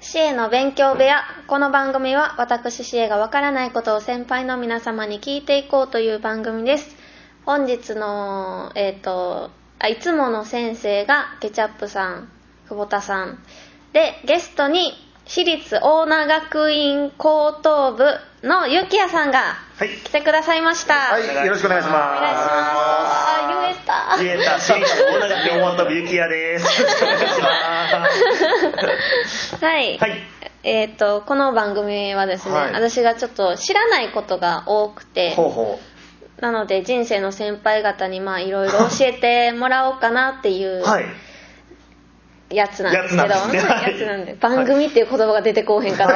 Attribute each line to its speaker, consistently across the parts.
Speaker 1: シエの勉強部屋。この番組は私シエがわからないことを先輩の皆様に聞いていこうという番組です。本日の、えっ、とあ、いつもの先生がケチャップさん、久保田さん。で、ゲストに私立オーナー学院高等部のゆきやさんが
Speaker 2: はい。
Speaker 1: 来てくださいました。
Speaker 2: はい、よろしくお願い
Speaker 1: お願いしま
Speaker 2: します。
Speaker 1: す。あー、言えた。
Speaker 2: 言えた、選手の大長両本部ゆきやです。
Speaker 1: はい。
Speaker 2: はい。
Speaker 1: えっ、と、この番組はですね、
Speaker 2: はい
Speaker 1: 私がちょっと知らないことが多くて、
Speaker 2: ほうほ
Speaker 1: なので人生の先輩方にまあいろいろ教えてもらおうかなっていう
Speaker 2: う。はい。
Speaker 1: やつなんですけど、
Speaker 2: やつなんですねはい
Speaker 1: やつなんで番組っていう言葉が出てこうへんから、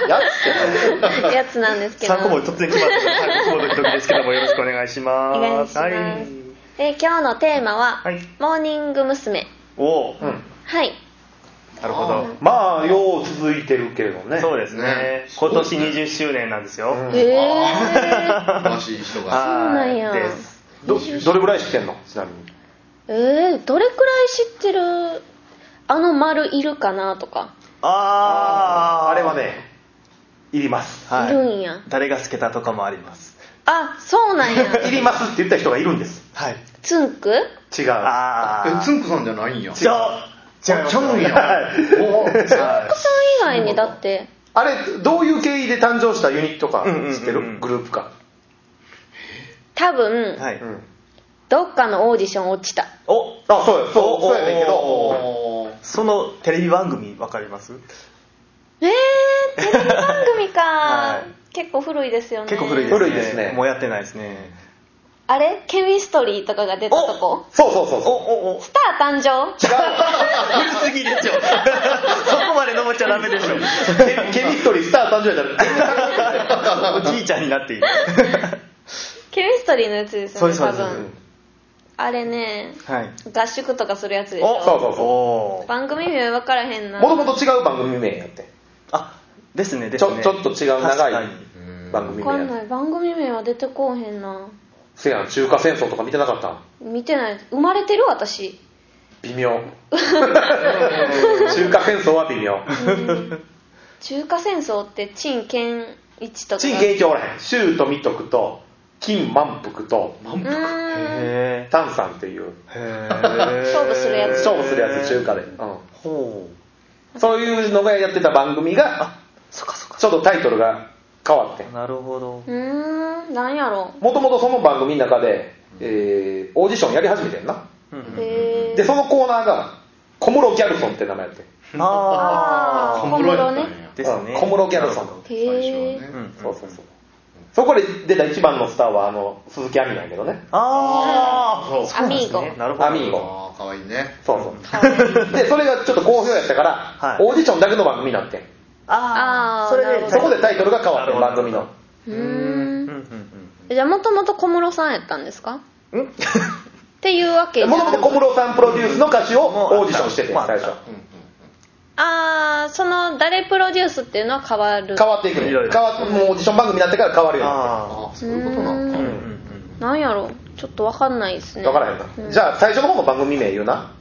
Speaker 3: やってない
Speaker 1: やつなんですけど
Speaker 2: 三個も突然決まって、はい、もうドキドキですけども、よろしくお願いします。
Speaker 1: お願いします
Speaker 2: はい。
Speaker 1: で今日のテーマは、
Speaker 2: はい
Speaker 1: モーニング娘。
Speaker 2: おお、うん、
Speaker 1: はい
Speaker 2: なるほど。
Speaker 3: まあよう続いてるけれどね
Speaker 2: そうですね。今年20周年なんですよ。
Speaker 3: うん
Speaker 1: へえ
Speaker 4: 詳しい人が
Speaker 1: そうなんや
Speaker 2: はいです。
Speaker 3: どどれぐらい知ってんのちなみに
Speaker 1: ー、えー、どれくらい知ってるあの丸いるかなとか、
Speaker 2: ああ、
Speaker 3: あれは。ねいります
Speaker 1: い、るんや
Speaker 2: 誰が透けたとかもあります。
Speaker 1: あそうなん や
Speaker 3: いりますって言った人がいるんです
Speaker 2: はい。
Speaker 1: つんく
Speaker 3: 違う
Speaker 2: ああ。
Speaker 4: えつんくさんじゃないんや
Speaker 2: 違う。違う。
Speaker 4: ちゃうん
Speaker 3: は
Speaker 4: や
Speaker 3: い
Speaker 4: お
Speaker 2: はい
Speaker 1: さん以外にだって
Speaker 3: あれどういう経緯で誕生したユニットか知って
Speaker 2: うんうんうんう
Speaker 3: る
Speaker 2: ん
Speaker 3: グループか
Speaker 1: 多分、
Speaker 2: はい。
Speaker 3: うん
Speaker 1: どっかのオーディション落ちた
Speaker 2: お
Speaker 3: あそうやそうそうやねんけ
Speaker 2: お
Speaker 3: ど
Speaker 4: おー
Speaker 2: そのテレビ番組わかります
Speaker 1: えー、テレビ番組か、
Speaker 2: は
Speaker 1: 結構古いですよね
Speaker 2: 結構古いですね。
Speaker 3: 古いですね
Speaker 2: もうやってないですね。
Speaker 1: あれケミストリーとかが出たとこ
Speaker 3: そうそうそう
Speaker 2: お
Speaker 3: そ
Speaker 2: おお。
Speaker 1: スター誕生
Speaker 2: 古すぎでしょ。そこまで登っちゃダメでしょ。
Speaker 3: うケミストリースター誕生やったら
Speaker 2: おじいちゃんになっている。
Speaker 1: ケミストリーのやつです
Speaker 2: そ
Speaker 1: よ
Speaker 2: うで
Speaker 1: ね
Speaker 2: すそう
Speaker 1: 多
Speaker 2: です。
Speaker 1: 分あれね
Speaker 2: はい。
Speaker 1: 合宿とかするやつでし
Speaker 3: おそう
Speaker 1: ょ
Speaker 3: そうそう
Speaker 2: おー
Speaker 1: 番組名分からへんな
Speaker 3: もともと違う番組名やって
Speaker 2: あですねで
Speaker 3: ち
Speaker 2: す
Speaker 3: ょ
Speaker 2: ね。
Speaker 3: ちょっと違う長
Speaker 2: 確
Speaker 3: い
Speaker 2: かに
Speaker 3: 番
Speaker 1: 分
Speaker 3: 組名
Speaker 1: か
Speaker 3: や
Speaker 1: ん
Speaker 3: って
Speaker 1: ない番組名は出てこうへんな
Speaker 3: せやん中華戦争とか見てなかった
Speaker 1: 見てない生まれてる私
Speaker 3: 微妙中華戦争は微妙
Speaker 1: 中華戦争って陳建一とか
Speaker 3: 陳建一はおらへん周と美徳と金満腹と
Speaker 1: うーん
Speaker 2: へ
Speaker 3: 炭酸っていう
Speaker 2: ーへー
Speaker 1: 勝負するやつ
Speaker 3: 勝負するやつ中華で、うん
Speaker 2: ほう。
Speaker 3: そういうのがやってた番組が
Speaker 2: そっかそっか。
Speaker 3: ちょっとタイトルが変わって
Speaker 2: なるほど
Speaker 1: う。ーんなんやろ
Speaker 3: もともとその番組の中で、えーオーディションやり始めてんな
Speaker 2: うん
Speaker 1: へ
Speaker 3: でそのコーナーが小室ギャルソンって名前やって
Speaker 1: あー
Speaker 2: あ
Speaker 1: 小室ね
Speaker 4: やったんや
Speaker 2: あ。ですね。
Speaker 3: 小室ギャルソン
Speaker 1: へえ
Speaker 4: 最初
Speaker 2: う
Speaker 4: は
Speaker 2: ん
Speaker 4: ね
Speaker 2: うん。
Speaker 3: そうそうそうそこで出た一番のスターはあの鈴木亜美なんやけどね
Speaker 2: あ
Speaker 4: そう
Speaker 2: あ、
Speaker 4: そう
Speaker 1: アミーゴ
Speaker 2: なるほど。
Speaker 3: アミーゴ
Speaker 4: ああかわいいね
Speaker 3: そうそうでそれがちょっと好評やったから、
Speaker 2: い
Speaker 3: オーディションだけの番組になってん
Speaker 1: あ
Speaker 2: あ
Speaker 1: ー
Speaker 2: あ、それ
Speaker 1: なる
Speaker 2: で
Speaker 1: ほど
Speaker 3: そこでタイトルが変わってん
Speaker 2: なるほ
Speaker 3: 番
Speaker 2: ど
Speaker 3: 組の
Speaker 1: うー
Speaker 2: うんんうん
Speaker 1: じゃあもともと小室さんやったんですか
Speaker 2: うん。う
Speaker 1: っ
Speaker 2: ん
Speaker 1: ていうわけ
Speaker 3: もともと小室さんプロデュースの歌手をオーディションしてて
Speaker 2: もうあった
Speaker 3: 最初
Speaker 4: うんうん
Speaker 1: ああその誰プロデュースっていうのは変わる
Speaker 3: 変わっていくね
Speaker 2: い
Speaker 3: 変
Speaker 2: ろいろ
Speaker 3: わっもうオーディション番組になってから変わるよ
Speaker 2: あ
Speaker 4: ああそういうことな
Speaker 1: う
Speaker 4: の
Speaker 1: ー
Speaker 4: か
Speaker 2: あ。
Speaker 1: ん
Speaker 2: うんうん
Speaker 1: なんやろちょっとわかんないですね
Speaker 3: 分からへんな、じゃあ最初の方の番組名言うな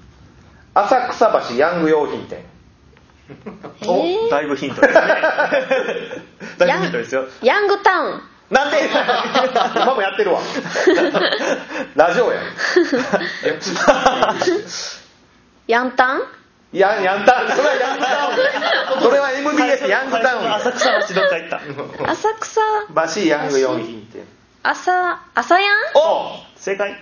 Speaker 3: 浅草橋ヤング用品店
Speaker 1: え
Speaker 2: うん。だいぶヒントですね。だいぶヒントですよ。
Speaker 1: ー、ヤングタウン
Speaker 2: なんで
Speaker 3: 今もやってるわラジオや
Speaker 4: 略して
Speaker 1: ヤンタン
Speaker 3: ヤンヤンタウンそれはヤングタウンそれは MBS ヤングタウンや
Speaker 2: 浅草橋どっか行った。
Speaker 1: 浅草
Speaker 3: 橋ヤング用品店
Speaker 1: 朝朝やん
Speaker 2: お正解。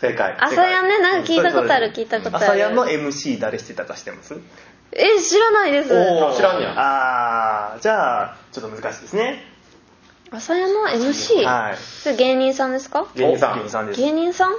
Speaker 3: 正解
Speaker 1: 朝やんねなんか聞いたことある
Speaker 2: そ
Speaker 1: 聞
Speaker 2: れ
Speaker 1: いたことある
Speaker 2: 朝やんの MC 誰してたかしてます
Speaker 1: え知らないです
Speaker 3: おー知らんやん
Speaker 2: ああ、じゃあ、ちょっと難しいですね。
Speaker 1: 朝やんの MC、
Speaker 2: はい。
Speaker 1: それ芸人さんですか
Speaker 3: 芸人
Speaker 2: お
Speaker 3: さん
Speaker 2: 芸人さんです。
Speaker 1: 芸人さん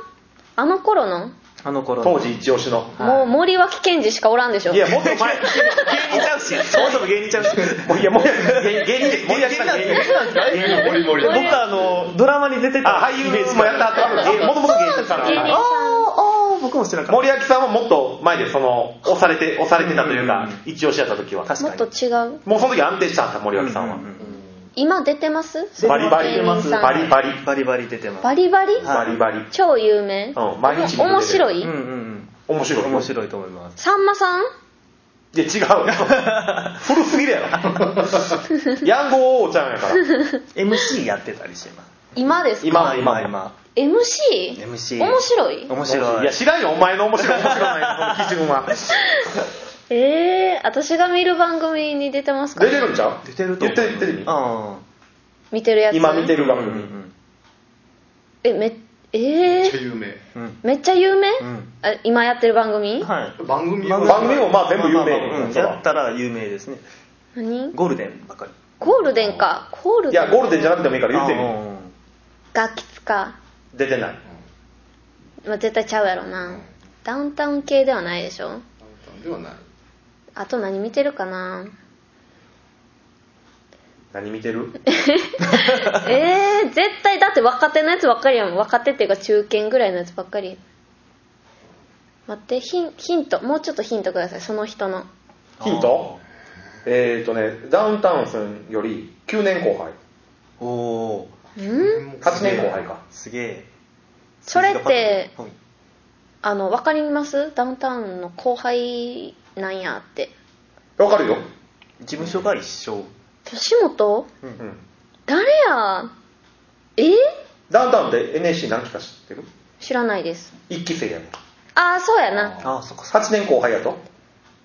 Speaker 1: あの頃の、
Speaker 2: あの頃の
Speaker 3: 当時一押しの
Speaker 2: はい
Speaker 1: もう森脇健児しかおらんでしょ
Speaker 3: いやもっと前
Speaker 2: 芸人ちゃうし、そもそも芸人ちゃうし。
Speaker 3: もういやもう芸芸人
Speaker 2: 森脇さん
Speaker 3: 芸人なんですか
Speaker 4: るのモリモリ
Speaker 2: 僕あの、ドラマに出てた。
Speaker 3: あ俳優もやった後多分芸もともと芸人さんだか
Speaker 1: 芸人
Speaker 2: あー
Speaker 3: ら
Speaker 2: あー、僕も知らなかっ
Speaker 3: 森脇さんはもっと前でその押されて押されてたという
Speaker 2: う
Speaker 3: か
Speaker 2: ん
Speaker 3: 一押しやった時は
Speaker 2: た。確
Speaker 1: も
Speaker 2: か
Speaker 1: っ
Speaker 2: に。
Speaker 1: と違う
Speaker 3: もうその時安定してはった森脇さんは、
Speaker 2: ううう
Speaker 1: 今出てます
Speaker 2: 出てます
Speaker 3: バリ
Speaker 1: 芸人さん
Speaker 3: バリバリ
Speaker 2: バリバリ出てます。
Speaker 1: バリバリ、
Speaker 2: はい
Speaker 3: バリバリ
Speaker 1: 超有名、
Speaker 3: うん毎日見てる
Speaker 1: 面白い、
Speaker 2: うんうん
Speaker 3: 面白
Speaker 2: う
Speaker 3: い
Speaker 2: ん。面白いと思います。
Speaker 1: さんまさん
Speaker 3: いや違う古すぎるやろヤンゴおーちゃんやから
Speaker 5: MC やってたりします
Speaker 1: 今ですか
Speaker 3: 今
Speaker 5: 今今
Speaker 1: MC?
Speaker 5: MC
Speaker 1: 面白い
Speaker 5: 面白い
Speaker 3: や知らんよお前の面白い面白 ないの基準は
Speaker 1: ええー、私が見る番組に出てますか、
Speaker 3: 出
Speaker 1: ね、
Speaker 3: てるんちゃう
Speaker 5: 出てると思う
Speaker 3: 言ってる言ってる
Speaker 1: 見てるやつ
Speaker 3: 今見てる
Speaker 5: うん
Speaker 3: 番
Speaker 5: うん
Speaker 3: 組、
Speaker 1: えめ
Speaker 4: め
Speaker 1: え
Speaker 4: っちゃ
Speaker 1: ー、
Speaker 4: 有名。
Speaker 5: うんうん
Speaker 1: めっちゃ有名、
Speaker 5: うん
Speaker 1: あ今やってる番組、
Speaker 5: はい
Speaker 4: 番組
Speaker 5: 番
Speaker 4: は
Speaker 3: 番組もまあ全部
Speaker 5: まあ
Speaker 3: 有名
Speaker 5: まあまあうん
Speaker 3: そうだ
Speaker 5: やったら有名ですね
Speaker 1: 何
Speaker 5: ゴールデンばかり
Speaker 1: ゴールデンかゴールデン
Speaker 3: いやゴールデンじゃなくてもいいから言って
Speaker 5: あ
Speaker 3: み
Speaker 5: ー
Speaker 1: ガキツか、
Speaker 3: 出てない
Speaker 1: まあ、絶対ちゃうやろなダウンタウン系ではないでしょ
Speaker 4: ではない。
Speaker 1: あと何見てるかな
Speaker 3: 何見てる
Speaker 1: えー、絶対だって若手のやつばっかりやもん若手っていうか中堅ぐらいのやつばっかり待ってヒンヒントもうちょっとヒントくださいその人の
Speaker 3: ヒントえっ、ー、とねダウンタウンさんより9年後輩
Speaker 5: おお
Speaker 1: ん
Speaker 3: 8年後輩か
Speaker 5: ーすげえ
Speaker 1: それって
Speaker 5: 数字がパッとうん
Speaker 1: あの分かりますダウンタウンの後輩なんやって
Speaker 3: わかるよ、
Speaker 5: 事務所が一緒
Speaker 1: 吉本
Speaker 3: うん、
Speaker 1: 誰やえー、
Speaker 3: ダウンタウンって NSC 何期か知ってる
Speaker 1: 知らないです
Speaker 3: ?1 期生やねん
Speaker 1: ああそうやな
Speaker 5: ああそっかそっ
Speaker 3: 8年後輩やと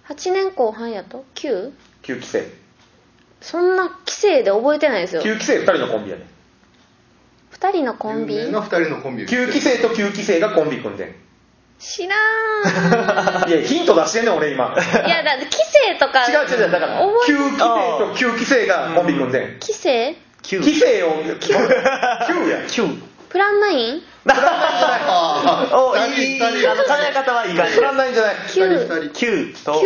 Speaker 1: 8年後半やと 9?
Speaker 3: 9期生
Speaker 1: そんな規制で覚えてないですよ
Speaker 3: 9期生2人のコンビやねん
Speaker 1: 2人のコンビ
Speaker 4: 有名な二人のコンビ。
Speaker 3: 9期生と9期生がコンビ組んでんい
Speaker 1: 知らん
Speaker 3: やヒント出してんねん俺今違
Speaker 1: いやだって規制とか
Speaker 3: う 違う違うだから
Speaker 1: 覚え
Speaker 3: 9期生と9期生がコンビ組んでん
Speaker 1: 規制
Speaker 5: 9
Speaker 3: 期生を9や
Speaker 5: 9
Speaker 1: プランナイン
Speaker 4: あ
Speaker 5: お
Speaker 4: あ、
Speaker 5: いいいい
Speaker 4: 二人
Speaker 5: あの考え方はいい感じ
Speaker 3: そらないんじゃない
Speaker 4: 二人
Speaker 1: 9 9
Speaker 4: 二人。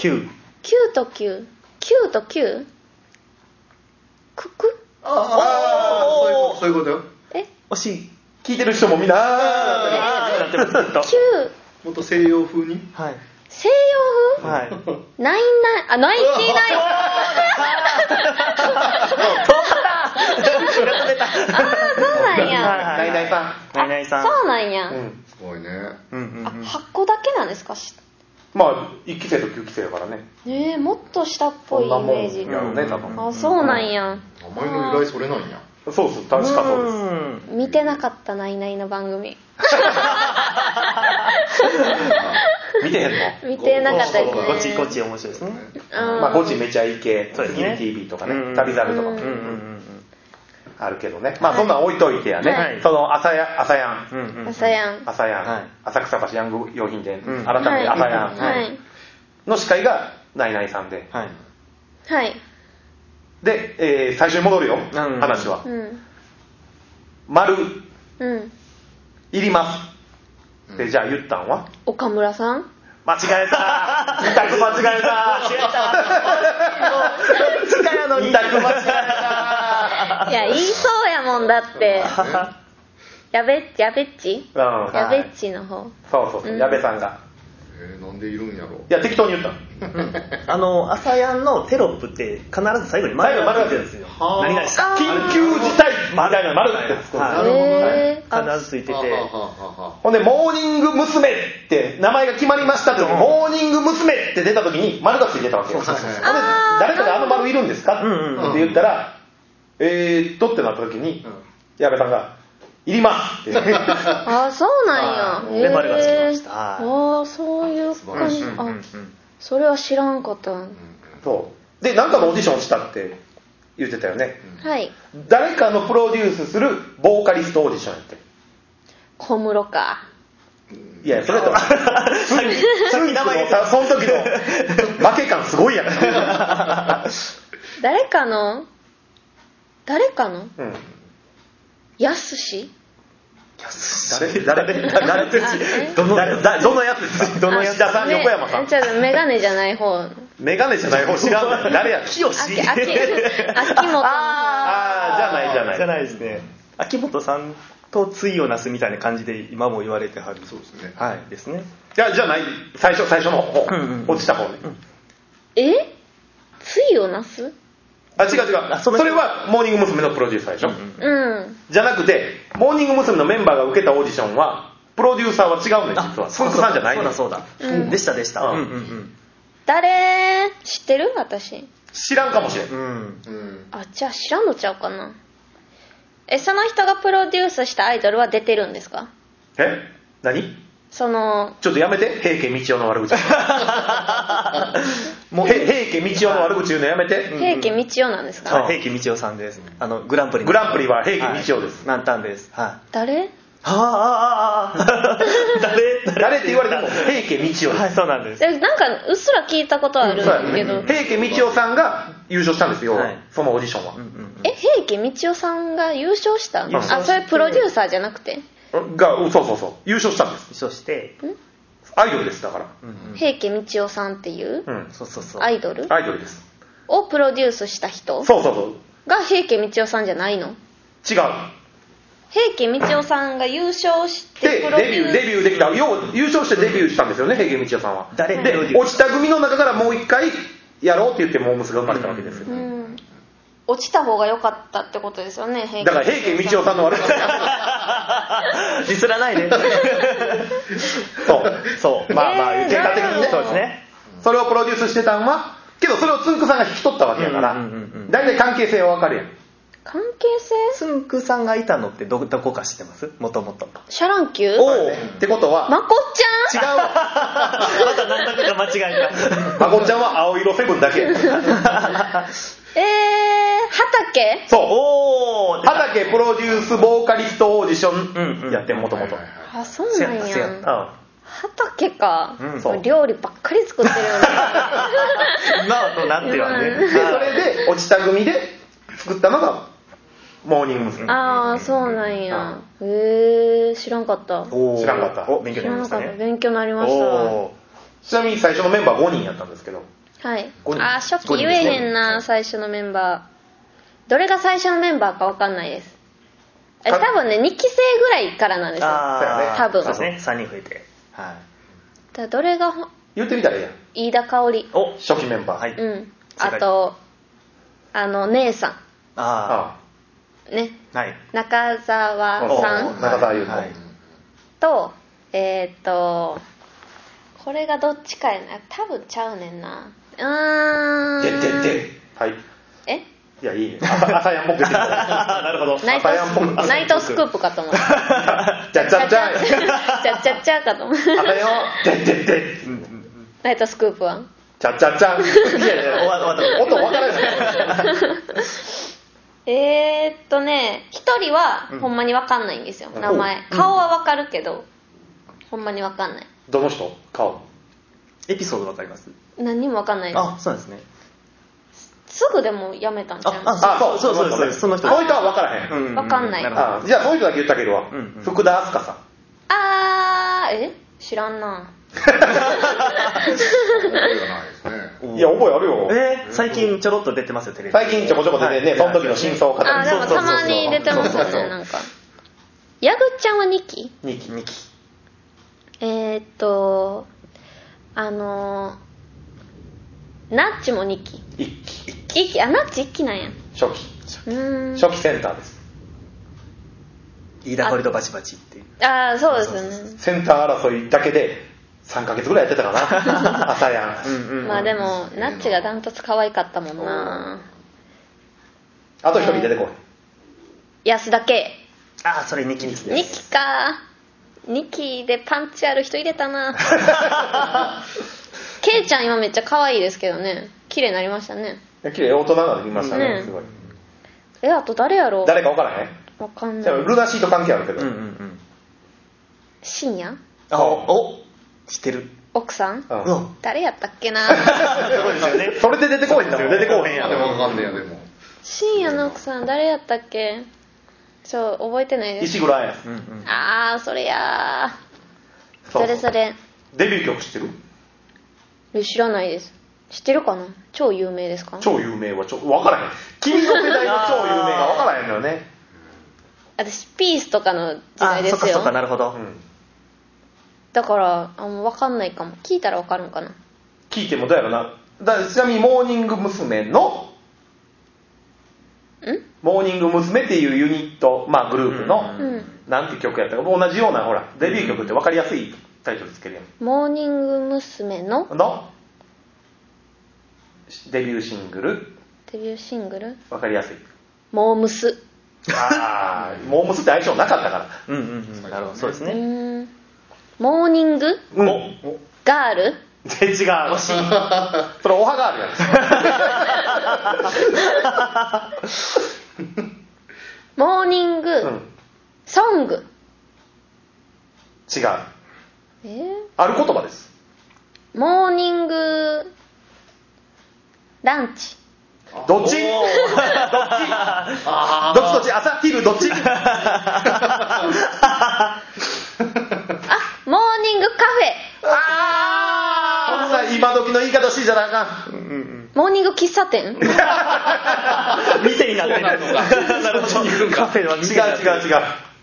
Speaker 5: 9と9
Speaker 1: と99と 9? くく
Speaker 4: ああ、そういうこと、そういうこ
Speaker 1: え
Speaker 5: 惜しい
Speaker 3: 聞いてる人もみんなあ
Speaker 5: あーってなってますずっと
Speaker 1: 9
Speaker 4: と。もっと西洋風に。
Speaker 5: はい
Speaker 1: 西洋風
Speaker 5: はい
Speaker 1: ナインナインあナインティ ナイン
Speaker 5: は
Speaker 1: あそうなん
Speaker 5: い
Speaker 1: や
Speaker 3: ーナイナイさ
Speaker 5: ナイナイさん
Speaker 1: そうなんや、
Speaker 3: んうん
Speaker 4: すごいね。
Speaker 5: うんうん
Speaker 1: あ
Speaker 5: うん
Speaker 1: 8個だけなんですかし
Speaker 3: まあ1期生と9期生やからね
Speaker 1: ねえもっと下っぽ
Speaker 3: そ
Speaker 1: いイ
Speaker 3: んなもん
Speaker 1: メー
Speaker 3: や
Speaker 1: ジ
Speaker 5: が
Speaker 3: ろね多分
Speaker 1: あそうなんや
Speaker 4: 名前の由来それなんや。
Speaker 3: そうそう確かそうです
Speaker 5: ん
Speaker 1: 見てなかったナイナイの番組
Speaker 3: 見てへんの
Speaker 1: 見てなかったですね
Speaker 5: こっちこっち面白いですね
Speaker 1: うん
Speaker 3: まあゴチめちゃイケ
Speaker 5: そうですね
Speaker 3: TV とか
Speaker 5: うん
Speaker 3: ね旅猿とか
Speaker 5: う
Speaker 3: も
Speaker 5: んうん
Speaker 3: あるけどねまあそんなん置いといてやね、
Speaker 5: はい
Speaker 3: その朝や朝や
Speaker 5: うんうんんうんうん
Speaker 1: 朝やん
Speaker 3: 朝やん、
Speaker 5: はい
Speaker 3: 浅草橋ヤング用品店、
Speaker 5: うん
Speaker 3: 改めて朝やん、
Speaker 1: はい、
Speaker 3: の司会がナイナイさんで
Speaker 5: はい
Speaker 1: はい、
Speaker 3: で、えー最初に戻るよ、
Speaker 5: ん
Speaker 3: 話は
Speaker 1: うん
Speaker 3: 丸
Speaker 1: うん
Speaker 3: いりますってじゃあ言ったんは
Speaker 1: 岡村さん
Speaker 3: 間違えた二択間違えた力の二択間違
Speaker 1: いや言いそうやもんだってやべっちやべっち
Speaker 3: えたうん
Speaker 1: やべっちの方
Speaker 3: そうそうそう、矢部さんが
Speaker 4: えー、なんでいるんやろ
Speaker 3: いや適当に言ったの
Speaker 5: あの朝やんのテロップって必ず最後に
Speaker 3: 最後丸が
Speaker 5: ついてるん
Speaker 3: 出るんで
Speaker 5: ですす
Speaker 3: よ
Speaker 5: よ
Speaker 4: はあ
Speaker 5: 何々した
Speaker 3: 緊急事態みたいなの丸ってつくんです
Speaker 5: な
Speaker 3: よ
Speaker 5: るほど
Speaker 1: えー、あ
Speaker 5: 必ずついて
Speaker 4: はあ
Speaker 5: て
Speaker 4: はあはあは
Speaker 3: ほんで、モーニング娘。って名前が決まりましたって、モーニング娘。って出た時に丸がついてたわけよ。ほんで
Speaker 4: そうそう
Speaker 3: 誰かがあの丸いるんですか
Speaker 5: うんうん
Speaker 4: うん
Speaker 3: って言ったら、えーっとってなった時に
Speaker 4: うん、
Speaker 3: 矢部さんが、いります って。
Speaker 1: あそうなん
Speaker 5: で
Speaker 1: や
Speaker 5: 丸がつきました
Speaker 1: あーそういう感じ
Speaker 4: 素晴らしい
Speaker 5: うんう
Speaker 1: あ
Speaker 5: んうん
Speaker 1: それは知らんかった
Speaker 3: そう。で、なんかのオーディションしたって言ってたよね。
Speaker 1: はい
Speaker 3: 誰かのプロデュースするボーカリストオーディションやって。
Speaker 1: 小室か
Speaker 3: いや、それ と、
Speaker 5: さっきさっき名前が
Speaker 3: そ の時の負け感すごいやん。
Speaker 1: 誰かの誰かの
Speaker 3: うん
Speaker 1: やすし
Speaker 3: 誰誰誰
Speaker 1: え
Speaker 3: どの誰どのやつですかどのやつ田さん
Speaker 1: め
Speaker 3: 横山さん
Speaker 1: ちょっとメガネじゃない 方
Speaker 3: メガネじゃない方知らん誰や
Speaker 5: 清
Speaker 1: あ
Speaker 5: 志
Speaker 1: き、あき、秋元の方。
Speaker 3: ああじゃないじゃない
Speaker 5: じゃないですね秋元さんと対をなすみたいな感じで今も言われてはる
Speaker 4: あそうですね。
Speaker 5: はいですね
Speaker 3: いやじゃない最初最初の方
Speaker 5: うんうん
Speaker 3: 落ちた方ね
Speaker 1: えついをなす
Speaker 3: あ違う違
Speaker 5: あ
Speaker 3: う
Speaker 5: そ
Speaker 3: そ
Speaker 5: の
Speaker 3: れはモーニング娘。のプロデューサーでしょ
Speaker 1: うん。
Speaker 3: じゃなくてモーニング娘。のメンバーが受けたオーディションはプロデューサーは違うんです実は
Speaker 5: そう
Speaker 3: スンクさんじゃない
Speaker 5: そうだそうだ、
Speaker 1: うん
Speaker 5: でしたでした、
Speaker 3: うん
Speaker 5: うんうんうん
Speaker 1: 誰知ってる私
Speaker 3: 知らんかもしれん。
Speaker 4: うんうん
Speaker 1: あじゃあ知らんのちゃうかなえその人がプロデュースしたアイドルは出てるんですか
Speaker 3: え何
Speaker 1: その
Speaker 3: ちょっとやめて、平家道夫の悪口。もうへ平家道夫の悪口言うのやめて。
Speaker 1: 平家道夫なんですか、
Speaker 3: あ
Speaker 2: はい、平家道夫さんです。あの、グランプリの。
Speaker 3: グランプリは平家道夫です
Speaker 2: はい満タンです。は
Speaker 1: 誰
Speaker 2: い。はあ、ああ、ああ、誰
Speaker 3: 誰って言われても、平家道夫
Speaker 2: は
Speaker 3: で
Speaker 2: い、そうなんです。
Speaker 1: えなんかうっすら聞いたことある
Speaker 3: す。そうや
Speaker 1: けど、
Speaker 3: ね平家道夫さんが優勝したんですよ
Speaker 2: はい、
Speaker 3: そのオーディションは
Speaker 2: うん。うん
Speaker 1: え平家道夫さんが優勝した
Speaker 2: 優勝
Speaker 1: あそれプロデューサーじゃなくて
Speaker 3: が、そうそうそう、優勝したんです。
Speaker 2: うん。そして、
Speaker 3: アイドルです、だから。
Speaker 2: うんうん。
Speaker 1: 平家道夫さんっていう
Speaker 3: うん。
Speaker 2: そうそうそう。
Speaker 1: アイドル
Speaker 3: アイドルです。
Speaker 1: をプロデュースした人
Speaker 3: そうそうそう。
Speaker 1: が平家道夫さんじゃないの
Speaker 3: 違う。
Speaker 1: 平家道夫さんが優勝して
Speaker 3: で、
Speaker 1: プロデ
Speaker 3: デビ
Speaker 1: ュ
Speaker 3: ュ
Speaker 1: ー
Speaker 3: ー、デビューできた。よう優勝してデビューしたんですよね、平家道夫さんは。
Speaker 2: 誰
Speaker 3: で
Speaker 2: プロデュー
Speaker 3: 落ちた組の中からもう一回やろうって言ってモームスが生まれたわけですよ、
Speaker 1: うん落ちた方が良かったってことですよね平
Speaker 3: だから平家道夫さんの悪口
Speaker 2: ディスらないで。
Speaker 3: そう
Speaker 2: そう。
Speaker 3: まあまあ
Speaker 1: えー
Speaker 3: 結果的にね
Speaker 2: そうですね。
Speaker 3: それをプロデュースしてたんはけどそれをつんくさんが引き取ったわけやから
Speaker 2: うんうんうんうん
Speaker 3: 大体関係性はわかるやん
Speaker 1: 関係性
Speaker 2: つんくさんがいたのってど、どこか知ってますもともと。
Speaker 1: シャランキュー
Speaker 3: おおってことは
Speaker 1: まこっち
Speaker 3: 違
Speaker 1: ゃん
Speaker 3: うわ
Speaker 2: また何だかが間違えた。
Speaker 3: まこっちゃんは青色セブンだけ
Speaker 1: えー、畑
Speaker 3: そう
Speaker 2: おお
Speaker 3: 畑プロデュースボーカリストオーディシ
Speaker 2: うんう
Speaker 3: ョン
Speaker 2: ん
Speaker 3: やってもともと
Speaker 4: はいはいはい
Speaker 1: あそう
Speaker 2: せ
Speaker 1: な
Speaker 2: やった
Speaker 1: ん
Speaker 2: せ
Speaker 1: や
Speaker 2: やった
Speaker 1: 畑か、
Speaker 2: うん
Speaker 3: そう
Speaker 1: もう料理ばっかり作ってるよね
Speaker 2: 今となってはね
Speaker 1: うん
Speaker 3: でそれで落ちた組で作ったのがモーニング娘。
Speaker 1: ああそうなんやへえー、知らんかった
Speaker 2: おー
Speaker 3: 知らんかった
Speaker 2: お勉強
Speaker 1: 知
Speaker 2: にな
Speaker 1: ら
Speaker 2: り
Speaker 1: な
Speaker 2: まし
Speaker 1: か
Speaker 2: た
Speaker 1: った
Speaker 2: ね
Speaker 1: 勉強になりまし
Speaker 2: お
Speaker 3: ちなみに最初のメンバー5人やったんですけど
Speaker 1: たはい
Speaker 3: 五人
Speaker 1: あー初期言えへんな最初のメンバーどれが最初のメンバーかわかんないですえ多
Speaker 3: か
Speaker 1: 分ね2期生ぐらいからなんです
Speaker 2: ー
Speaker 1: よ
Speaker 2: あー
Speaker 1: 多分
Speaker 2: そうですね三人増えてはい
Speaker 1: だどれがほん
Speaker 3: 言ってみたらええやん
Speaker 1: 飯田香織
Speaker 2: お
Speaker 3: 初期メンバー
Speaker 2: はい
Speaker 1: うん
Speaker 2: 世
Speaker 1: あ
Speaker 2: 界
Speaker 1: とあの姉さ
Speaker 2: あ
Speaker 3: あ
Speaker 1: んね
Speaker 2: あはい
Speaker 1: 中澤さ
Speaker 3: お
Speaker 1: ん
Speaker 3: う中澤優子
Speaker 2: はい
Speaker 1: とえーっとこれがどっちかやな多分ちゃうねんなう
Speaker 3: あ
Speaker 1: ーん
Speaker 3: ででではい
Speaker 1: え
Speaker 3: いやいいね朝朝やんぽく出てきた
Speaker 2: あ なるほど
Speaker 1: ナイト
Speaker 3: 朝やんぽく
Speaker 1: ナイトスクープかと思った
Speaker 3: じゃじゃ じ
Speaker 1: ち
Speaker 3: ゃ
Speaker 1: ゃちゃちゃかと思う
Speaker 3: 朝よででで
Speaker 1: ナイトスクープは
Speaker 3: じゃじゃじゃいやいや
Speaker 2: 終わった終わっ
Speaker 3: 音わからない
Speaker 1: えー、っとね一人はほんまにわかんないんですよ、名前顔はわかるけど、ほんまにわかんない
Speaker 3: どの人顔
Speaker 2: エピソードわかります
Speaker 1: 何にもわかんないで
Speaker 2: あそうなんですね
Speaker 1: すすぐでもやめたんちゃう
Speaker 2: あそうそうそうそう
Speaker 3: こ
Speaker 2: そ
Speaker 3: の
Speaker 2: の人
Speaker 3: 人は分からへん、
Speaker 2: う
Speaker 1: わかんない
Speaker 2: るほど
Speaker 3: あじゃあその人だけ言ってあげるわ、
Speaker 2: うんうん
Speaker 3: 福田明日香さん
Speaker 1: あーえ知らんな
Speaker 4: 覚えがないですね
Speaker 2: おー
Speaker 3: いや覚えあるよ
Speaker 2: えー最近ちょろっと出てますよテレビ
Speaker 3: 最近ちょこちょこ出てね、
Speaker 2: はい
Speaker 3: その時の真相を語る
Speaker 1: あでも
Speaker 2: そうそうそう
Speaker 1: たまに出てますよ
Speaker 2: そうそうそ
Speaker 1: ね
Speaker 2: う
Speaker 1: なんか矢口ちゃんは2期
Speaker 3: 2期2期
Speaker 1: えー、っとあのー、ナッチも2期
Speaker 3: 1期
Speaker 1: 1期あナッチ1期なんや
Speaker 3: 初期
Speaker 1: うーん
Speaker 3: 初期センターです
Speaker 2: 飯田堀とバチバチっていう
Speaker 1: ああそうですよね
Speaker 3: センター争いだけで3ヶ月ぐらいやってたか な朝やん、
Speaker 2: うんうん
Speaker 1: まあでもナッチがダントツ可愛かったもんな
Speaker 3: あと1人出てこい、
Speaker 1: 安田圭
Speaker 2: ああそれ2期です
Speaker 1: 2期か2期でパンチある人入れたな圭ちゃん今めっちゃ可愛いですけどね綺麗になりましたね
Speaker 3: いや綺麗大人ができましたね、
Speaker 1: ね
Speaker 3: すごい
Speaker 1: えあと誰やろ
Speaker 3: 誰か分からへん
Speaker 1: うわかん
Speaker 3: じ
Speaker 1: な
Speaker 3: ゃあ
Speaker 1: い
Speaker 3: ルナシーと関係あるけど、
Speaker 2: うんうんうん
Speaker 1: 深夜
Speaker 2: あお知ってる
Speaker 1: 奥さん
Speaker 3: うん
Speaker 2: うわ
Speaker 1: 誰やったっけな
Speaker 2: そうですよね
Speaker 3: それで出てこへんだもん出てこへんや
Speaker 4: でも
Speaker 3: ん
Speaker 4: わかんねえやでも
Speaker 1: 深夜の奥さん誰やったっけそう覚えてないです
Speaker 3: 石黒彩
Speaker 2: うんうん
Speaker 1: ああそれやーそれそれ
Speaker 3: デビュー曲知ってる
Speaker 1: え知らないです知ってるかな超有名ですか
Speaker 3: 超有名はちょ分からへん君の世代の超有名が分からへんのよね、
Speaker 1: 私ピースとかの時
Speaker 2: あ
Speaker 1: 代で
Speaker 2: そっ
Speaker 1: す
Speaker 2: か
Speaker 1: よ
Speaker 2: そっかなるほ
Speaker 3: う
Speaker 2: ど
Speaker 3: ん、
Speaker 1: だからあもう分かんないかも聞いたら分かるんかな
Speaker 3: 聞いてもどうやろなだちなみにモーニング娘。の
Speaker 1: ん
Speaker 3: モーニング娘。っていうユニット、まあ、グループの、
Speaker 2: うん
Speaker 1: うん
Speaker 3: なんて曲やったか同じようなほらデビュー曲って分かりやすいタイトルつけるやん
Speaker 1: モーニング娘。の
Speaker 3: のデビューシングル
Speaker 1: デビューシングル
Speaker 3: わかりやすい
Speaker 1: 「モームス
Speaker 3: ああ モームスって相性なかったから
Speaker 2: うんうんうんなるほどそうです」
Speaker 1: う
Speaker 2: ね
Speaker 1: ーん「モーニング
Speaker 3: うん
Speaker 1: ガール
Speaker 3: 全違う惜しいそれおはがあるやつ」
Speaker 1: 「モーニング、
Speaker 3: うん
Speaker 1: ソング
Speaker 3: 違う」
Speaker 1: えー
Speaker 3: ある言葉です
Speaker 1: 「モーニングランチ
Speaker 3: どっちどっち
Speaker 2: お
Speaker 4: あ
Speaker 3: どっちどっち朝昼どっち
Speaker 1: あ」「モーニングカフ
Speaker 3: ああこんな今時の言い方してじゃなあかん
Speaker 1: ェ」「モーニング喫茶店」
Speaker 2: 店になってる
Speaker 4: そうなのか
Speaker 2: なるほど
Speaker 4: そっちに行くんか
Speaker 2: カフェは
Speaker 3: 違う
Speaker 2: 店になってる
Speaker 3: 違う違う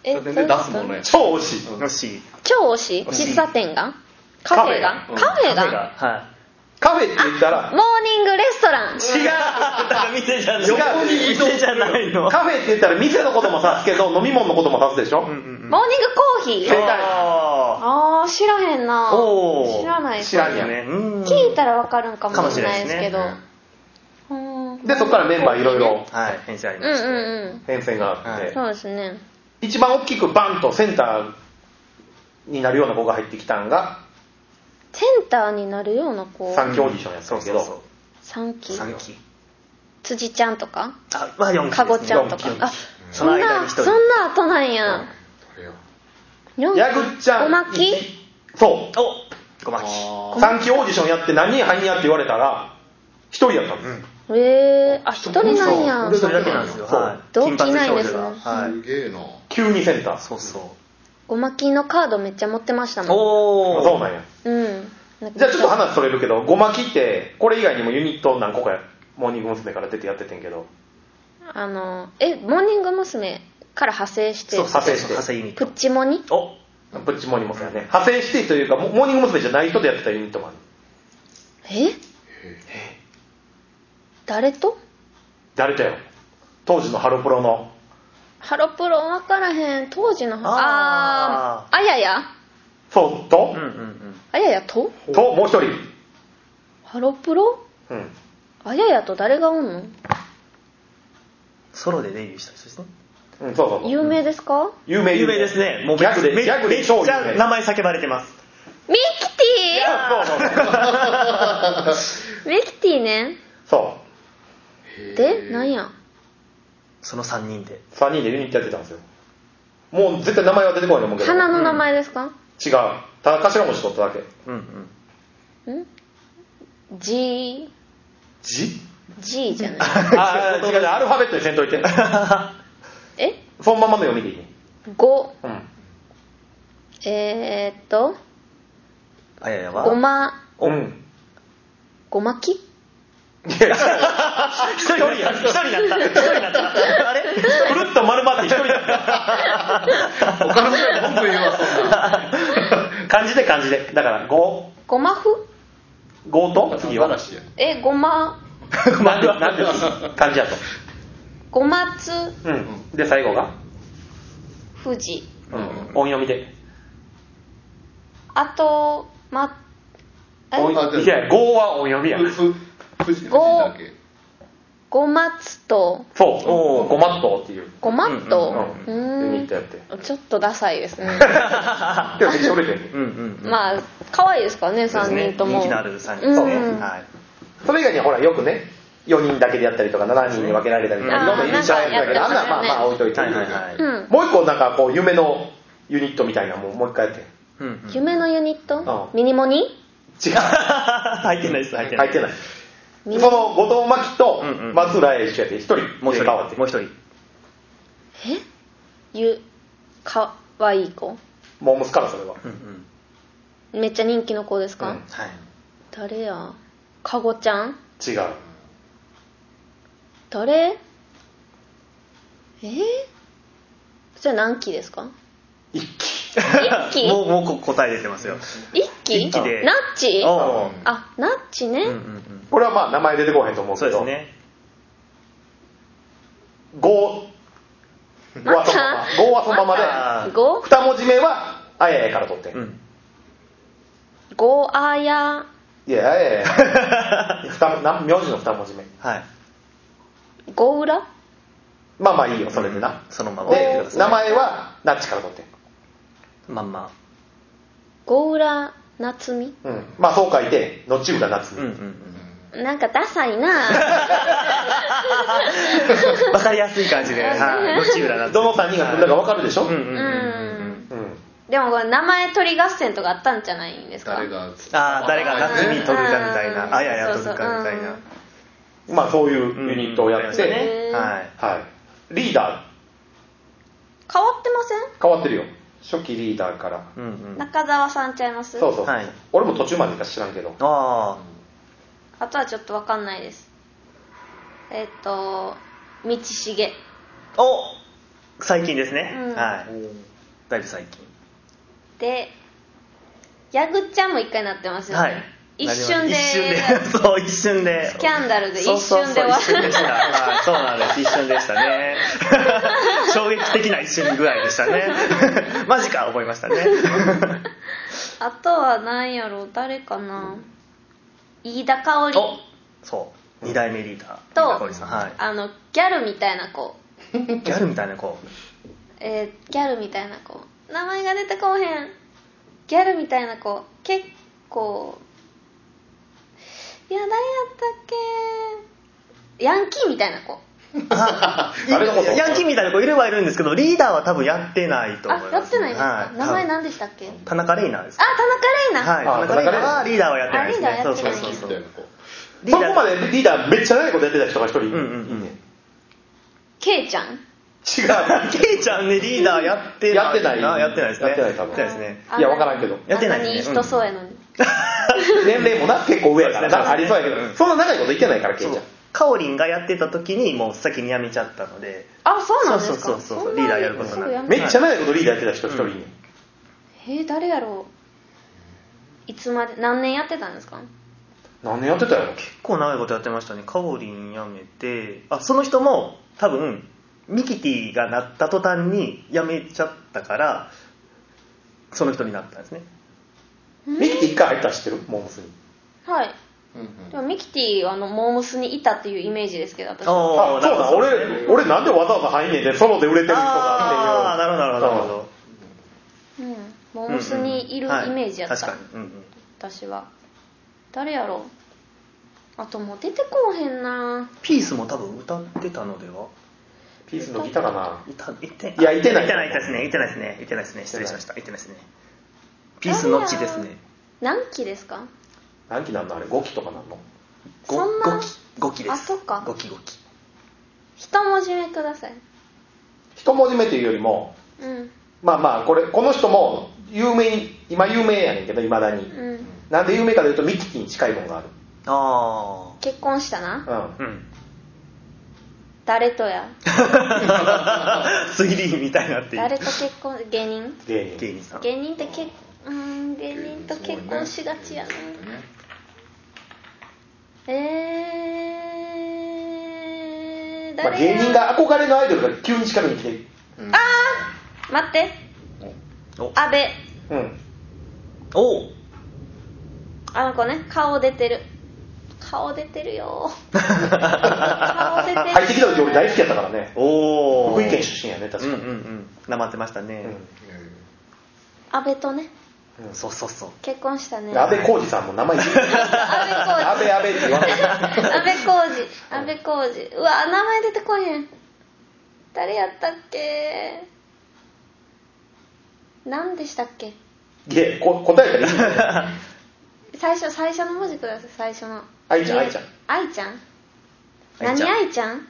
Speaker 1: え
Speaker 4: 全
Speaker 1: そうい
Speaker 4: 然
Speaker 1: うこ
Speaker 4: 出
Speaker 1: と
Speaker 4: すもんね
Speaker 3: 超惜しい
Speaker 2: よし
Speaker 1: 超推し喫茶店がカフェが
Speaker 4: カ
Speaker 1: カフェ
Speaker 2: カフ
Speaker 1: が
Speaker 2: ェがは
Speaker 3: カフェって言ったら
Speaker 1: モーニングレストラン
Speaker 3: 違う
Speaker 2: いだから 店じゃない
Speaker 3: 横に移動
Speaker 2: 店じゃないの
Speaker 3: カフェって言ったら店のことも指すけど飲み物のことも指すでしょ、
Speaker 2: うんうんうん
Speaker 1: モーニングコーヒ
Speaker 3: 正
Speaker 1: ー
Speaker 3: 解
Speaker 2: あ
Speaker 1: ああ知らへんな
Speaker 2: おー
Speaker 1: 知らない
Speaker 3: 知らん
Speaker 2: ー
Speaker 3: やん
Speaker 2: ねうん
Speaker 1: 聞いたらわかるんか
Speaker 2: か
Speaker 1: も
Speaker 2: も
Speaker 1: し
Speaker 2: し
Speaker 1: れ
Speaker 2: れ
Speaker 1: な
Speaker 2: ないい
Speaker 1: で
Speaker 2: ですす
Speaker 1: け
Speaker 2: ね
Speaker 1: どうん
Speaker 3: でそこからメンバーいろいろ
Speaker 2: はい編成あり
Speaker 1: うん
Speaker 2: ま
Speaker 1: う
Speaker 2: し
Speaker 1: ん
Speaker 2: た
Speaker 1: う
Speaker 3: 変遷があって、
Speaker 1: んそうですね
Speaker 3: 一番大きくバンとセンターになるような子が入ってきたんが
Speaker 1: センターになるような子
Speaker 3: 三期オーディションやったん
Speaker 2: そうそう
Speaker 3: やけど、
Speaker 2: そう
Speaker 1: 三期
Speaker 2: 三期
Speaker 1: 辻ちゃんとか
Speaker 2: あまあ4期です
Speaker 1: か
Speaker 2: ね
Speaker 1: ごちゃんとか
Speaker 3: 四期
Speaker 1: あ
Speaker 2: そ
Speaker 1: そ
Speaker 2: の
Speaker 1: ん
Speaker 2: 間
Speaker 1: な
Speaker 2: に一人
Speaker 1: そんな後なんや
Speaker 4: 誰や
Speaker 1: 四期
Speaker 3: 矢口ちゃん
Speaker 1: 小牧
Speaker 3: そ
Speaker 2: おごまき
Speaker 4: あ
Speaker 3: う三期オーディションやって何人入んやって言われたら一人やったんです、
Speaker 1: えー、あ一人なんや
Speaker 2: 一人だけなんですよ
Speaker 3: そう
Speaker 2: はい
Speaker 1: 同期いないんですね
Speaker 2: 金髪少女がは
Speaker 4: ー
Speaker 2: い
Speaker 4: すげえな
Speaker 3: 急にセンター
Speaker 2: そうそう
Speaker 1: ごまきのカードめっちゃ持ってましたもん
Speaker 2: おお
Speaker 3: そうなんや
Speaker 1: うん
Speaker 3: じゃあちょっと話それるけどごまきってこれ以外にもユニット何個かモーニング娘。から出てやっててんけど
Speaker 1: あのえモーニング娘。から派生して
Speaker 2: そうそう
Speaker 3: 派生して
Speaker 2: 派生ユニッ
Speaker 1: プ
Speaker 2: ト
Speaker 1: ッチモニ
Speaker 2: お
Speaker 3: プッチモーニング娘。やね派生してというかモモーニング娘。じゃない人でやってたユニットもある
Speaker 1: え誰と
Speaker 3: 誰だよ当時のハロプロの
Speaker 1: ハロプロ分からへん当時のあ
Speaker 2: あ
Speaker 1: ああやや
Speaker 3: そう
Speaker 2: うん
Speaker 3: と
Speaker 2: う、んうん
Speaker 1: あややと
Speaker 3: ともう一人
Speaker 1: ハロプロ
Speaker 3: うん
Speaker 1: あややと誰がおんの
Speaker 2: ソロでデビューした人ですね
Speaker 3: うん、そうそうそう
Speaker 1: 有名ですか、
Speaker 3: 有名
Speaker 2: 有名ですねもう
Speaker 3: ギャグで
Speaker 2: め
Speaker 3: ギャグで超有名
Speaker 2: めっちゃ名前叫ばれてます
Speaker 1: ミキテ
Speaker 3: そうそうそ
Speaker 1: ィ
Speaker 3: う
Speaker 1: ミキティね
Speaker 3: そ
Speaker 1: でなんや
Speaker 2: その3人で
Speaker 3: う3人でユニットやってたんですよもう絶対名前は出てこないと思うけど
Speaker 1: 花の名前ですか、
Speaker 3: 違うただ頭文字取っただけ
Speaker 2: うん うん
Speaker 1: ん ?GG
Speaker 3: 字
Speaker 1: じゃない
Speaker 3: あー違う違うアルファベットにせんといて
Speaker 1: え
Speaker 3: そのままの読みでいい
Speaker 1: 5
Speaker 3: うん
Speaker 1: えー、っと
Speaker 2: あややは
Speaker 1: ごま
Speaker 3: うん
Speaker 1: ごまき
Speaker 3: いや違う
Speaker 2: 一人だった一人だった一人だった あれ
Speaker 3: くるっと丸まって一人だった
Speaker 4: 他の人に文句言うわそんな
Speaker 3: 漢字で漢字でだから5
Speaker 1: ごまふ
Speaker 3: 五と次は
Speaker 4: 素晴らしいや
Speaker 1: えごま
Speaker 3: なんでなんで漢字やと
Speaker 1: ごまつ
Speaker 3: うんで最後が、
Speaker 1: 富士
Speaker 3: うん音読みで
Speaker 1: あとまえ
Speaker 3: 音
Speaker 4: あでも
Speaker 3: いや5は音読 みや
Speaker 4: ふふ富士富士だっけ
Speaker 1: ごまつと
Speaker 3: そうごまっとうっていう
Speaker 1: ごまっと
Speaker 3: う
Speaker 1: うん
Speaker 3: ユニット
Speaker 1: ー
Speaker 3: やって
Speaker 1: んちょっとダサいですね
Speaker 3: でもめっちゃ売れてる
Speaker 2: うんうんうん
Speaker 1: まあ可愛いですからね
Speaker 2: そうですね
Speaker 1: 3人とも
Speaker 2: 人気のある3人
Speaker 1: うん
Speaker 2: ですね
Speaker 1: うん
Speaker 2: はい
Speaker 3: それ以外にはほらよくね4人だけでやったりとか7人に分けられたりとか
Speaker 2: うん
Speaker 3: いろんな入りちゃうやつだけど
Speaker 1: あ
Speaker 3: あ
Speaker 1: ー
Speaker 3: ん
Speaker 1: な
Speaker 3: なんん
Speaker 1: か
Speaker 3: ま
Speaker 1: やってましたよね
Speaker 3: あまあ置いといて
Speaker 2: はいはいはい
Speaker 1: うん
Speaker 3: もう一個なんかこう夢のユニットみたいなのももう一回やって
Speaker 2: うんうん
Speaker 1: 夢のユニット
Speaker 3: うん
Speaker 1: ミニモニ
Speaker 3: 違う
Speaker 2: 入ってないです入ってな
Speaker 3: 入
Speaker 2: い
Speaker 3: ってない
Speaker 1: ミニ
Speaker 3: その後藤真希と
Speaker 2: うんうん
Speaker 3: 松浦英一やで一人
Speaker 2: もう一
Speaker 3: 入れ替わっ
Speaker 2: 人
Speaker 3: て
Speaker 2: もう一人
Speaker 1: えゆかわいい子
Speaker 3: もう息子からそれは
Speaker 2: うんうん
Speaker 1: めっちゃ人気の子ですか、
Speaker 3: うん
Speaker 2: はい
Speaker 1: 誰やかごちゃん
Speaker 3: 違う
Speaker 1: 誰えー、それ何期ですか
Speaker 3: 一期
Speaker 1: 一期
Speaker 2: もうもうこ答え出てますよ
Speaker 1: 一期
Speaker 2: 一期で
Speaker 1: ナッチ
Speaker 2: おお
Speaker 1: あナッチね、
Speaker 2: うんうんうん
Speaker 3: これはまあ名前出てこへんと思う
Speaker 2: そう
Speaker 3: け
Speaker 2: です
Speaker 3: ど
Speaker 2: ね
Speaker 3: 5はそ
Speaker 1: また
Speaker 3: のまま5はそのままで
Speaker 2: ま
Speaker 1: 五
Speaker 3: 2文字目はあややから取って
Speaker 2: うん
Speaker 1: 五あや
Speaker 3: いやいやいや二なん名字の二文字目
Speaker 2: はい
Speaker 1: ゴウラ
Speaker 3: まあまあいいよそれでな、
Speaker 2: そのまま
Speaker 1: お
Speaker 2: で
Speaker 3: で名前はナッチから取って
Speaker 2: まんま
Speaker 1: ゴウラ夏美
Speaker 3: うんまあそう書いて「のちうら夏
Speaker 2: うんう
Speaker 3: 美」
Speaker 2: ん
Speaker 1: なんかダサいな
Speaker 2: うんわかりやすい感じではいどっち裏だ
Speaker 3: どの3人が組んだか分かるでしょ、
Speaker 2: うんうんう
Speaker 1: うん
Speaker 2: んうん
Speaker 3: うん
Speaker 1: でもこれ名前取り合戦とかあったんじゃないんですか
Speaker 4: 誰が
Speaker 2: ああ誰が夏に
Speaker 1: み
Speaker 2: 取るかみたい
Speaker 1: うん
Speaker 2: なあやや取るかみたい
Speaker 1: そう
Speaker 2: な
Speaker 3: まあそういうユニットをやって、
Speaker 2: うん
Speaker 1: へー
Speaker 2: はい
Speaker 3: はい、リーダー
Speaker 1: 変わってません
Speaker 3: 変わってるよ初期リーダーから
Speaker 2: うんうんあ
Speaker 1: 中澤さんちゃいます
Speaker 3: そうそう、
Speaker 2: はい
Speaker 3: 俺も途中までしか知らんけど
Speaker 2: あ
Speaker 1: あとはちょっとわかんないですえっ、と道重
Speaker 2: ーお最近ですね
Speaker 1: うん
Speaker 2: はいだいぶ最近
Speaker 1: でヤグちゃんも一回なってますよね、
Speaker 2: はい
Speaker 1: 一瞬で
Speaker 2: 一瞬でそう一瞬で
Speaker 1: スキャンダルで
Speaker 2: そう
Speaker 1: 一
Speaker 2: そう
Speaker 1: 瞬で
Speaker 2: そ
Speaker 1: 終
Speaker 2: う
Speaker 1: わ
Speaker 2: 一瞬で
Speaker 1: る
Speaker 2: したはいそうなんです一瞬でしたね衝撃的な一瞬具合でしたねマジか思いましたね
Speaker 1: あとは何やろう誰かな飯田香織
Speaker 2: おそう二代目リーダー
Speaker 1: と
Speaker 2: 飯田香織さんは
Speaker 1: あのギャルみたいな子
Speaker 2: いギャルみたいな子
Speaker 1: えーギャルみたいな子名前が出てこうへんギャルみたいな子結構いや誰やったっけヤンキーみたいな子
Speaker 3: あれのこと
Speaker 2: ヤンキーみたいな子いるはいるんですけどリーダーは多分やってないと
Speaker 1: あ
Speaker 2: 思います
Speaker 1: やってないですか、
Speaker 2: はい
Speaker 1: 名前何でしたっけあ
Speaker 2: 田中玲奈です
Speaker 1: 田中玲奈、
Speaker 2: はい田中玲奈はリーダーはやってないですね
Speaker 1: あリーダーはやってない
Speaker 2: そう
Speaker 4: み
Speaker 2: そう
Speaker 4: た
Speaker 2: そ
Speaker 4: いうな子
Speaker 2: リーダ
Speaker 3: そ
Speaker 2: ー
Speaker 3: こまでリーダーめっちゃ長いことやってた人が一人、
Speaker 2: うんうんうん
Speaker 3: 違
Speaker 1: ケ
Speaker 3: う
Speaker 1: イちゃん
Speaker 2: ケイちゃんねリーダーやってない
Speaker 3: やってない
Speaker 2: やってないですね
Speaker 3: やってない多分
Speaker 2: ですね
Speaker 1: あ
Speaker 3: いやわからんけど
Speaker 2: やってないね
Speaker 1: あんなに人そうやのに、
Speaker 3: 年齢もな結構上やからな、
Speaker 2: そ
Speaker 3: あ
Speaker 2: うで
Speaker 3: り
Speaker 2: すね
Speaker 3: そうやけど、
Speaker 2: うん
Speaker 3: そんな長いこと言ってないからケイ
Speaker 2: そ
Speaker 3: ち
Speaker 2: う
Speaker 3: ゃん
Speaker 2: かおりんがやってた時にもう先に辞めちゃったので
Speaker 1: あそうなんですか
Speaker 2: そうそうそうそうん
Speaker 1: な
Speaker 2: リーダーやることになる
Speaker 1: すぐやめ
Speaker 3: めっちゃ長いことリーダーやってた人一人、
Speaker 2: うん
Speaker 1: えー誰やろういつまで何年やってたんですか
Speaker 3: 何年やってたやろ
Speaker 2: 結構長いことやってましたねかおりん辞めてあその人も多分ミキティがなった途端に辞めちゃったからその人になったんですね
Speaker 3: ミキティ一回入ったら知ってるモームスに
Speaker 1: はい
Speaker 4: うんうん
Speaker 1: でもミキティはあのモームスにいたっていうイメージですけど私は
Speaker 2: あ
Speaker 3: あそうだ俺俺なんでわざわざ入んねんでソロで売れてる人
Speaker 2: ああー
Speaker 3: が
Speaker 2: なるほど
Speaker 3: っ
Speaker 2: なるほどなるほど
Speaker 1: うんモームスにいるイメージやった、
Speaker 2: はい確かに、うんうん
Speaker 1: 私は誰やろうあともう出てこうへんな
Speaker 2: ピースも多分歌ってたのでは
Speaker 3: ていうピースのギターかない
Speaker 2: たいて
Speaker 3: いやいてない
Speaker 2: いてないですねいてないですねいてないですね失礼しましたいてないですねピースのちですね
Speaker 1: 何期ですか
Speaker 3: 何期なんのあれ5期とかなんの
Speaker 2: ご
Speaker 1: そんな
Speaker 2: ごきごきです
Speaker 1: あそっか
Speaker 2: ごきごき
Speaker 1: 一文字目ください
Speaker 3: 一文字目というよりも
Speaker 1: うん
Speaker 3: まあまあこれこの人も有名に今有名やねんけどいまだに、
Speaker 1: うん
Speaker 3: なんで有名かというとミキティに近いもんがある
Speaker 2: あ
Speaker 1: 結婚したな
Speaker 3: う
Speaker 2: あうんん
Speaker 1: 誰とや
Speaker 2: 3D みたいになってい
Speaker 1: 誰
Speaker 2: る
Speaker 1: と結婚芸人
Speaker 3: 芸
Speaker 2: 芸
Speaker 3: 人
Speaker 2: 人さん
Speaker 1: 芸人って結うん芸人と結婚しがちやな
Speaker 4: ね
Speaker 1: えー、
Speaker 3: まあ、
Speaker 1: 誰
Speaker 3: 芸
Speaker 1: や
Speaker 3: 人が憧れのアイドルが急に近くに来て
Speaker 4: うん
Speaker 1: 待って
Speaker 2: お
Speaker 1: 阿部
Speaker 3: うん
Speaker 2: お
Speaker 1: あの子ね顔出てる顔出てるよ顔出てる
Speaker 3: 入ってきた時俺大好きやったからね
Speaker 2: おお
Speaker 3: 福井県出身やね確
Speaker 2: うんう
Speaker 3: か
Speaker 2: んうんなまってましたね
Speaker 1: 阿部とね
Speaker 3: うん
Speaker 2: そうそ うそう
Speaker 1: 結婚したね
Speaker 3: 安倍浩二さんも名 前言う安
Speaker 1: 阿部
Speaker 3: 倍安倍って言わない
Speaker 1: 浩二阿部浩二阿部浩二うわ名前出てこへん誰やったっけ何でしたっけ
Speaker 3: でこ答えたらいいんだよ
Speaker 1: 最初最初の文字ください最初の
Speaker 3: 愛ちゃん愛ちゃん
Speaker 1: 愛ちゃん
Speaker 2: 愛ち
Speaker 1: 何
Speaker 2: ゃん
Speaker 1: 愛ちゃん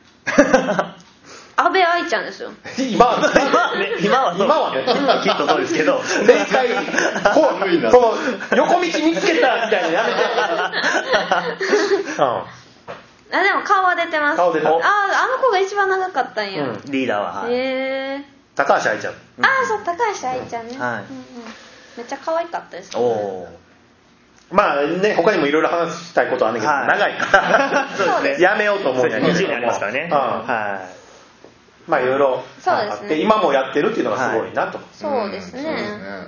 Speaker 1: 安倍愛ちゃんですよ
Speaker 3: 今は
Speaker 2: 今はね 今はそう
Speaker 3: 今はね
Speaker 2: 今はきっとそうですけど
Speaker 3: 正解こ
Speaker 4: 悪いな
Speaker 3: うその横道見つけたみたいなの やめて
Speaker 1: あでも顔は出てます
Speaker 3: 顔出てる
Speaker 1: あああの子が一番長かったんや、
Speaker 3: う
Speaker 1: へ
Speaker 3: ん
Speaker 2: リーダーははい
Speaker 1: え
Speaker 3: 高橋愛ちゃん
Speaker 1: ああそう高橋愛ちゃんね、
Speaker 2: はい
Speaker 1: うんうん、めっちゃ可愛かったです
Speaker 2: おお
Speaker 3: まあね他にもいろいろ話したいことはあるんだけど、
Speaker 2: はい
Speaker 3: 長いから
Speaker 1: そうですね
Speaker 3: やめようと思うんやけど
Speaker 2: 20年ありますからね
Speaker 3: うん
Speaker 2: は
Speaker 3: まあいろいろ
Speaker 1: そうですね
Speaker 3: あって、今もやってるっていうのがすごいなと、
Speaker 1: そうですね
Speaker 4: そうですね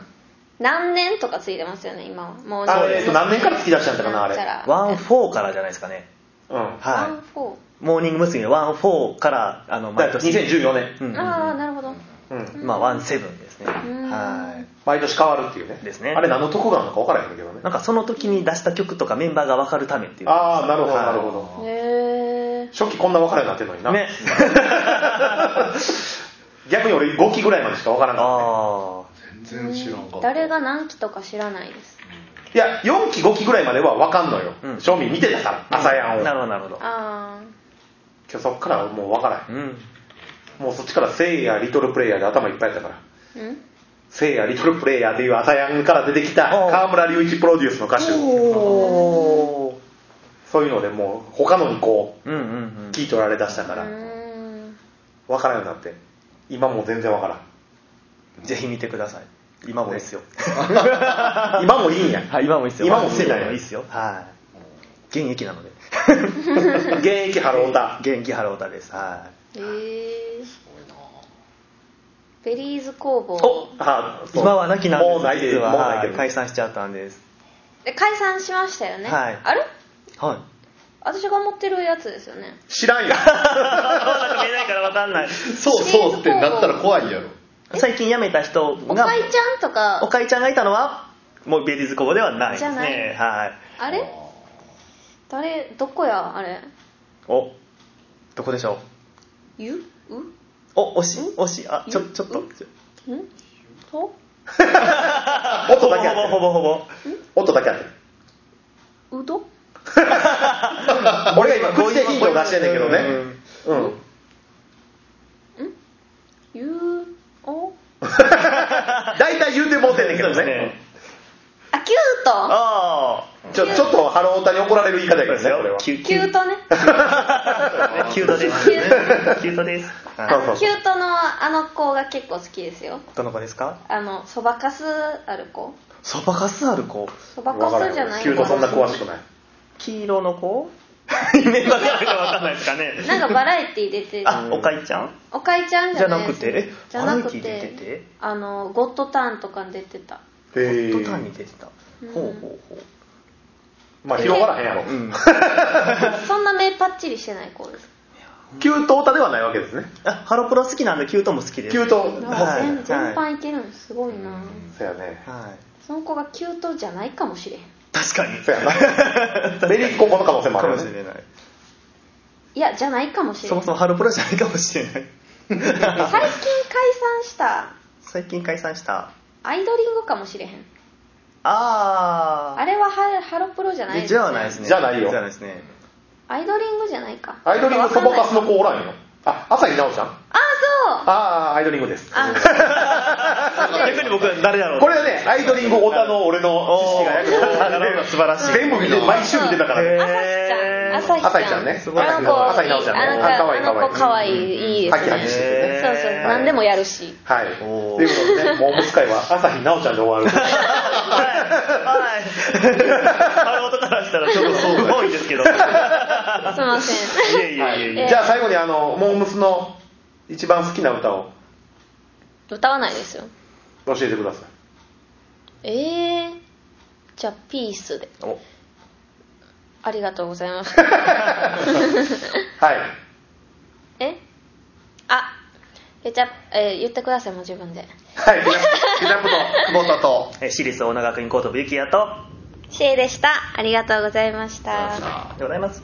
Speaker 1: 何年とかついてますよね今はもう
Speaker 3: あのえっと何年から突き出したんだろうなあれ
Speaker 2: ワンフォーからじゃないですかね。
Speaker 3: うん
Speaker 1: ワ
Speaker 2: は
Speaker 1: ンフォ
Speaker 2: い。モーニング娘。ワンフォーから、あの、
Speaker 3: だから2014年、
Speaker 2: うんうん
Speaker 1: ーああなるほど
Speaker 3: うん、
Speaker 2: まあ、ワンセブンですね。
Speaker 1: ん
Speaker 2: は
Speaker 3: 毎年変わるっていうね
Speaker 2: ですね
Speaker 3: あれ何のとこがあるのか分からへんけどね
Speaker 2: い。なんか、その時に出した曲とかメンバーが分かるためっていう。
Speaker 3: ああなるほど
Speaker 2: はい
Speaker 3: なるほど
Speaker 1: へえ
Speaker 3: 初期こんな分からんようになってんのにな、
Speaker 2: ね。
Speaker 3: 逆に俺5期ぐらいまでしか分からなかっ
Speaker 2: あ
Speaker 4: 全然知らんかった
Speaker 1: 誰が何期とか知らないです
Speaker 3: たいや4期5期ぐらいまでは分かんのよ、
Speaker 2: うん
Speaker 3: 庶民見てたから
Speaker 2: あ。
Speaker 3: 朝やんを、
Speaker 2: なるほど、なるほど。
Speaker 1: あ
Speaker 3: けどそっからはもう分からへ
Speaker 2: うん。
Speaker 3: んもうそっちからせいやリトルプレイヤーで頭いっぱいやったから
Speaker 1: あうん
Speaker 3: せいやリトルプレイヤーでいう朝やんから出てきた
Speaker 2: おう
Speaker 3: 河村隆一プロデュースの歌手
Speaker 2: おー。
Speaker 3: そういうのでもう他のにこ
Speaker 2: うんうんうん
Speaker 3: う。聞い取られだしたか
Speaker 1: う
Speaker 3: ら
Speaker 1: ーん
Speaker 3: 分からんようになって今もう全然分からん
Speaker 2: ぜひ見てください。今もいいっすよ。
Speaker 3: 今もいいんや
Speaker 2: はい、今もいいっすよ。
Speaker 3: 今も世代
Speaker 2: いいっすよ。はい。現役なので。
Speaker 3: 現役ハロータ
Speaker 2: 現役ハロータです。は
Speaker 1: ええベリーズ工
Speaker 3: お
Speaker 1: 房
Speaker 3: あ
Speaker 2: い。今はなきなんです。
Speaker 3: もうないで
Speaker 2: 実は
Speaker 3: もうないけ
Speaker 2: は
Speaker 3: ど
Speaker 2: い解散しちゃったんです。
Speaker 1: で解散しましたよね
Speaker 2: はい
Speaker 1: あれ
Speaker 2: はい。
Speaker 1: 私が持ってるやつですよね
Speaker 3: 知らんよ
Speaker 2: 見えないからわかんない。
Speaker 4: そうそうってなったら怖いやろ
Speaker 2: 最近辞めた人が、
Speaker 1: おかいちゃんとか
Speaker 2: おかいちゃんがいたのは、もうベリーズ工房ではないです
Speaker 1: じゃない
Speaker 2: ね。はい。
Speaker 1: あれ誰どこやあれ
Speaker 2: お、どこでしょう
Speaker 1: ゆう
Speaker 2: お、惜しい惜しい。あ、ちょ、ちょっと。
Speaker 1: んと
Speaker 3: 音だけやってる
Speaker 2: ほぼほぼほぼ。
Speaker 3: 音だけ やってる
Speaker 1: うど
Speaker 3: 俺が今口でヒントを出してんねんけどねうん
Speaker 1: ゆうお
Speaker 3: 大体言うてもうてんねんけど
Speaker 2: そうです
Speaker 3: ね
Speaker 2: ね
Speaker 1: あキュ
Speaker 2: ああ。
Speaker 3: ちょちょっとハロータに怒られる言い方やけどねこれは
Speaker 2: キュ
Speaker 1: ートキュートね
Speaker 2: キュートです。
Speaker 1: キュー
Speaker 2: キュートです。
Speaker 1: あ
Speaker 3: そうそう
Speaker 1: のキュートのあの子が結構好きですよ
Speaker 2: どの子ですか
Speaker 1: あのそばかすある子
Speaker 2: そばかすある子
Speaker 1: そばかすじゃない
Speaker 3: キュートそんな詳しくない
Speaker 2: 黄色の子イメージわかるかわかんないですかね。
Speaker 1: なんかバラエティー出てる
Speaker 2: あ、おかいちゃん
Speaker 1: おかいちゃんじゃないです
Speaker 2: じゃなくてえ
Speaker 1: じゃなく
Speaker 2: バラエティー出て
Speaker 1: て
Speaker 2: て
Speaker 1: あのゴッドタンとかに出てた
Speaker 3: へ
Speaker 2: 途端に
Speaker 3: え
Speaker 2: 出てた
Speaker 1: うん。
Speaker 2: ほうほうほ
Speaker 3: まあ広がらへんやろ
Speaker 2: う。うん。
Speaker 1: そんな目パッチリしてない子です
Speaker 3: キュートオタではないわけですね
Speaker 2: あ、ハロプロ好きなんで、キュートも好きです。
Speaker 3: キュート
Speaker 1: 全
Speaker 2: はい
Speaker 1: 全般いけるのすごいな、
Speaker 3: そやね
Speaker 2: はい。
Speaker 1: その子がキュートじゃないかもしれん
Speaker 2: 確かに。
Speaker 3: そやなベリーズ高校の可能性もあ
Speaker 2: か
Speaker 3: る
Speaker 2: も
Speaker 3: よ
Speaker 2: し
Speaker 3: ね
Speaker 2: れない。
Speaker 1: いやじゃないかもしれん
Speaker 2: そもそもハロプロじゃないかもし れない。
Speaker 1: 最近解散した
Speaker 2: 最近解散した。
Speaker 1: アイドリングかもしれへんあ
Speaker 2: あ
Speaker 1: れはハハロプロじゃない
Speaker 2: ー。
Speaker 1: です
Speaker 2: じ
Speaker 1: ね
Speaker 2: ゃあないですね。
Speaker 3: じゃないよ
Speaker 2: じゃないですね。
Speaker 1: アイドリングじゃないか
Speaker 3: アイドリングそばかすの子おらんよあ朝日奈央ちゃん
Speaker 1: あそう
Speaker 3: ああアイドリングです
Speaker 1: あ
Speaker 2: 逆に僕は誰だろう
Speaker 3: これはねアイドリングオタの俺の知識が役に立ったん
Speaker 2: なるほ
Speaker 3: で
Speaker 2: ど素晴らしい
Speaker 3: 全部見て毎週見てたからね
Speaker 2: へ
Speaker 1: 朝日ちゃん
Speaker 3: 朝日ちゃんね
Speaker 2: すごい
Speaker 1: あの子
Speaker 3: 朝日奈央ちゃんね
Speaker 1: あの
Speaker 3: あ可愛い
Speaker 1: 子あの子可
Speaker 3: 可
Speaker 1: 愛いいいで
Speaker 3: ハキ
Speaker 1: す
Speaker 3: ハキ
Speaker 1: ね
Speaker 3: しててね
Speaker 2: へ
Speaker 1: そ
Speaker 2: ー
Speaker 1: うそう何でもやるし
Speaker 3: はい
Speaker 2: おー
Speaker 3: ということでねもうおむつ会は朝日奈央ちゃんで終わる
Speaker 2: はい。 ハローとからしたらちょっとすごい ですけど。い
Speaker 1: すいません
Speaker 2: えいえいえ。
Speaker 3: じゃあ最後にあのモームスの一番好きな歌を
Speaker 1: 歌わないですよ
Speaker 3: 教えてください
Speaker 1: ええじゃあピースで
Speaker 2: お
Speaker 1: ありがとうございます
Speaker 3: はい
Speaker 1: えあえじゃあ、えー言ってくださいもう自分で
Speaker 3: はい ケチャップと久保田と
Speaker 2: え私立大長学院高等部ゆきやと。
Speaker 1: シエでしたありがとうございました
Speaker 2: でございます。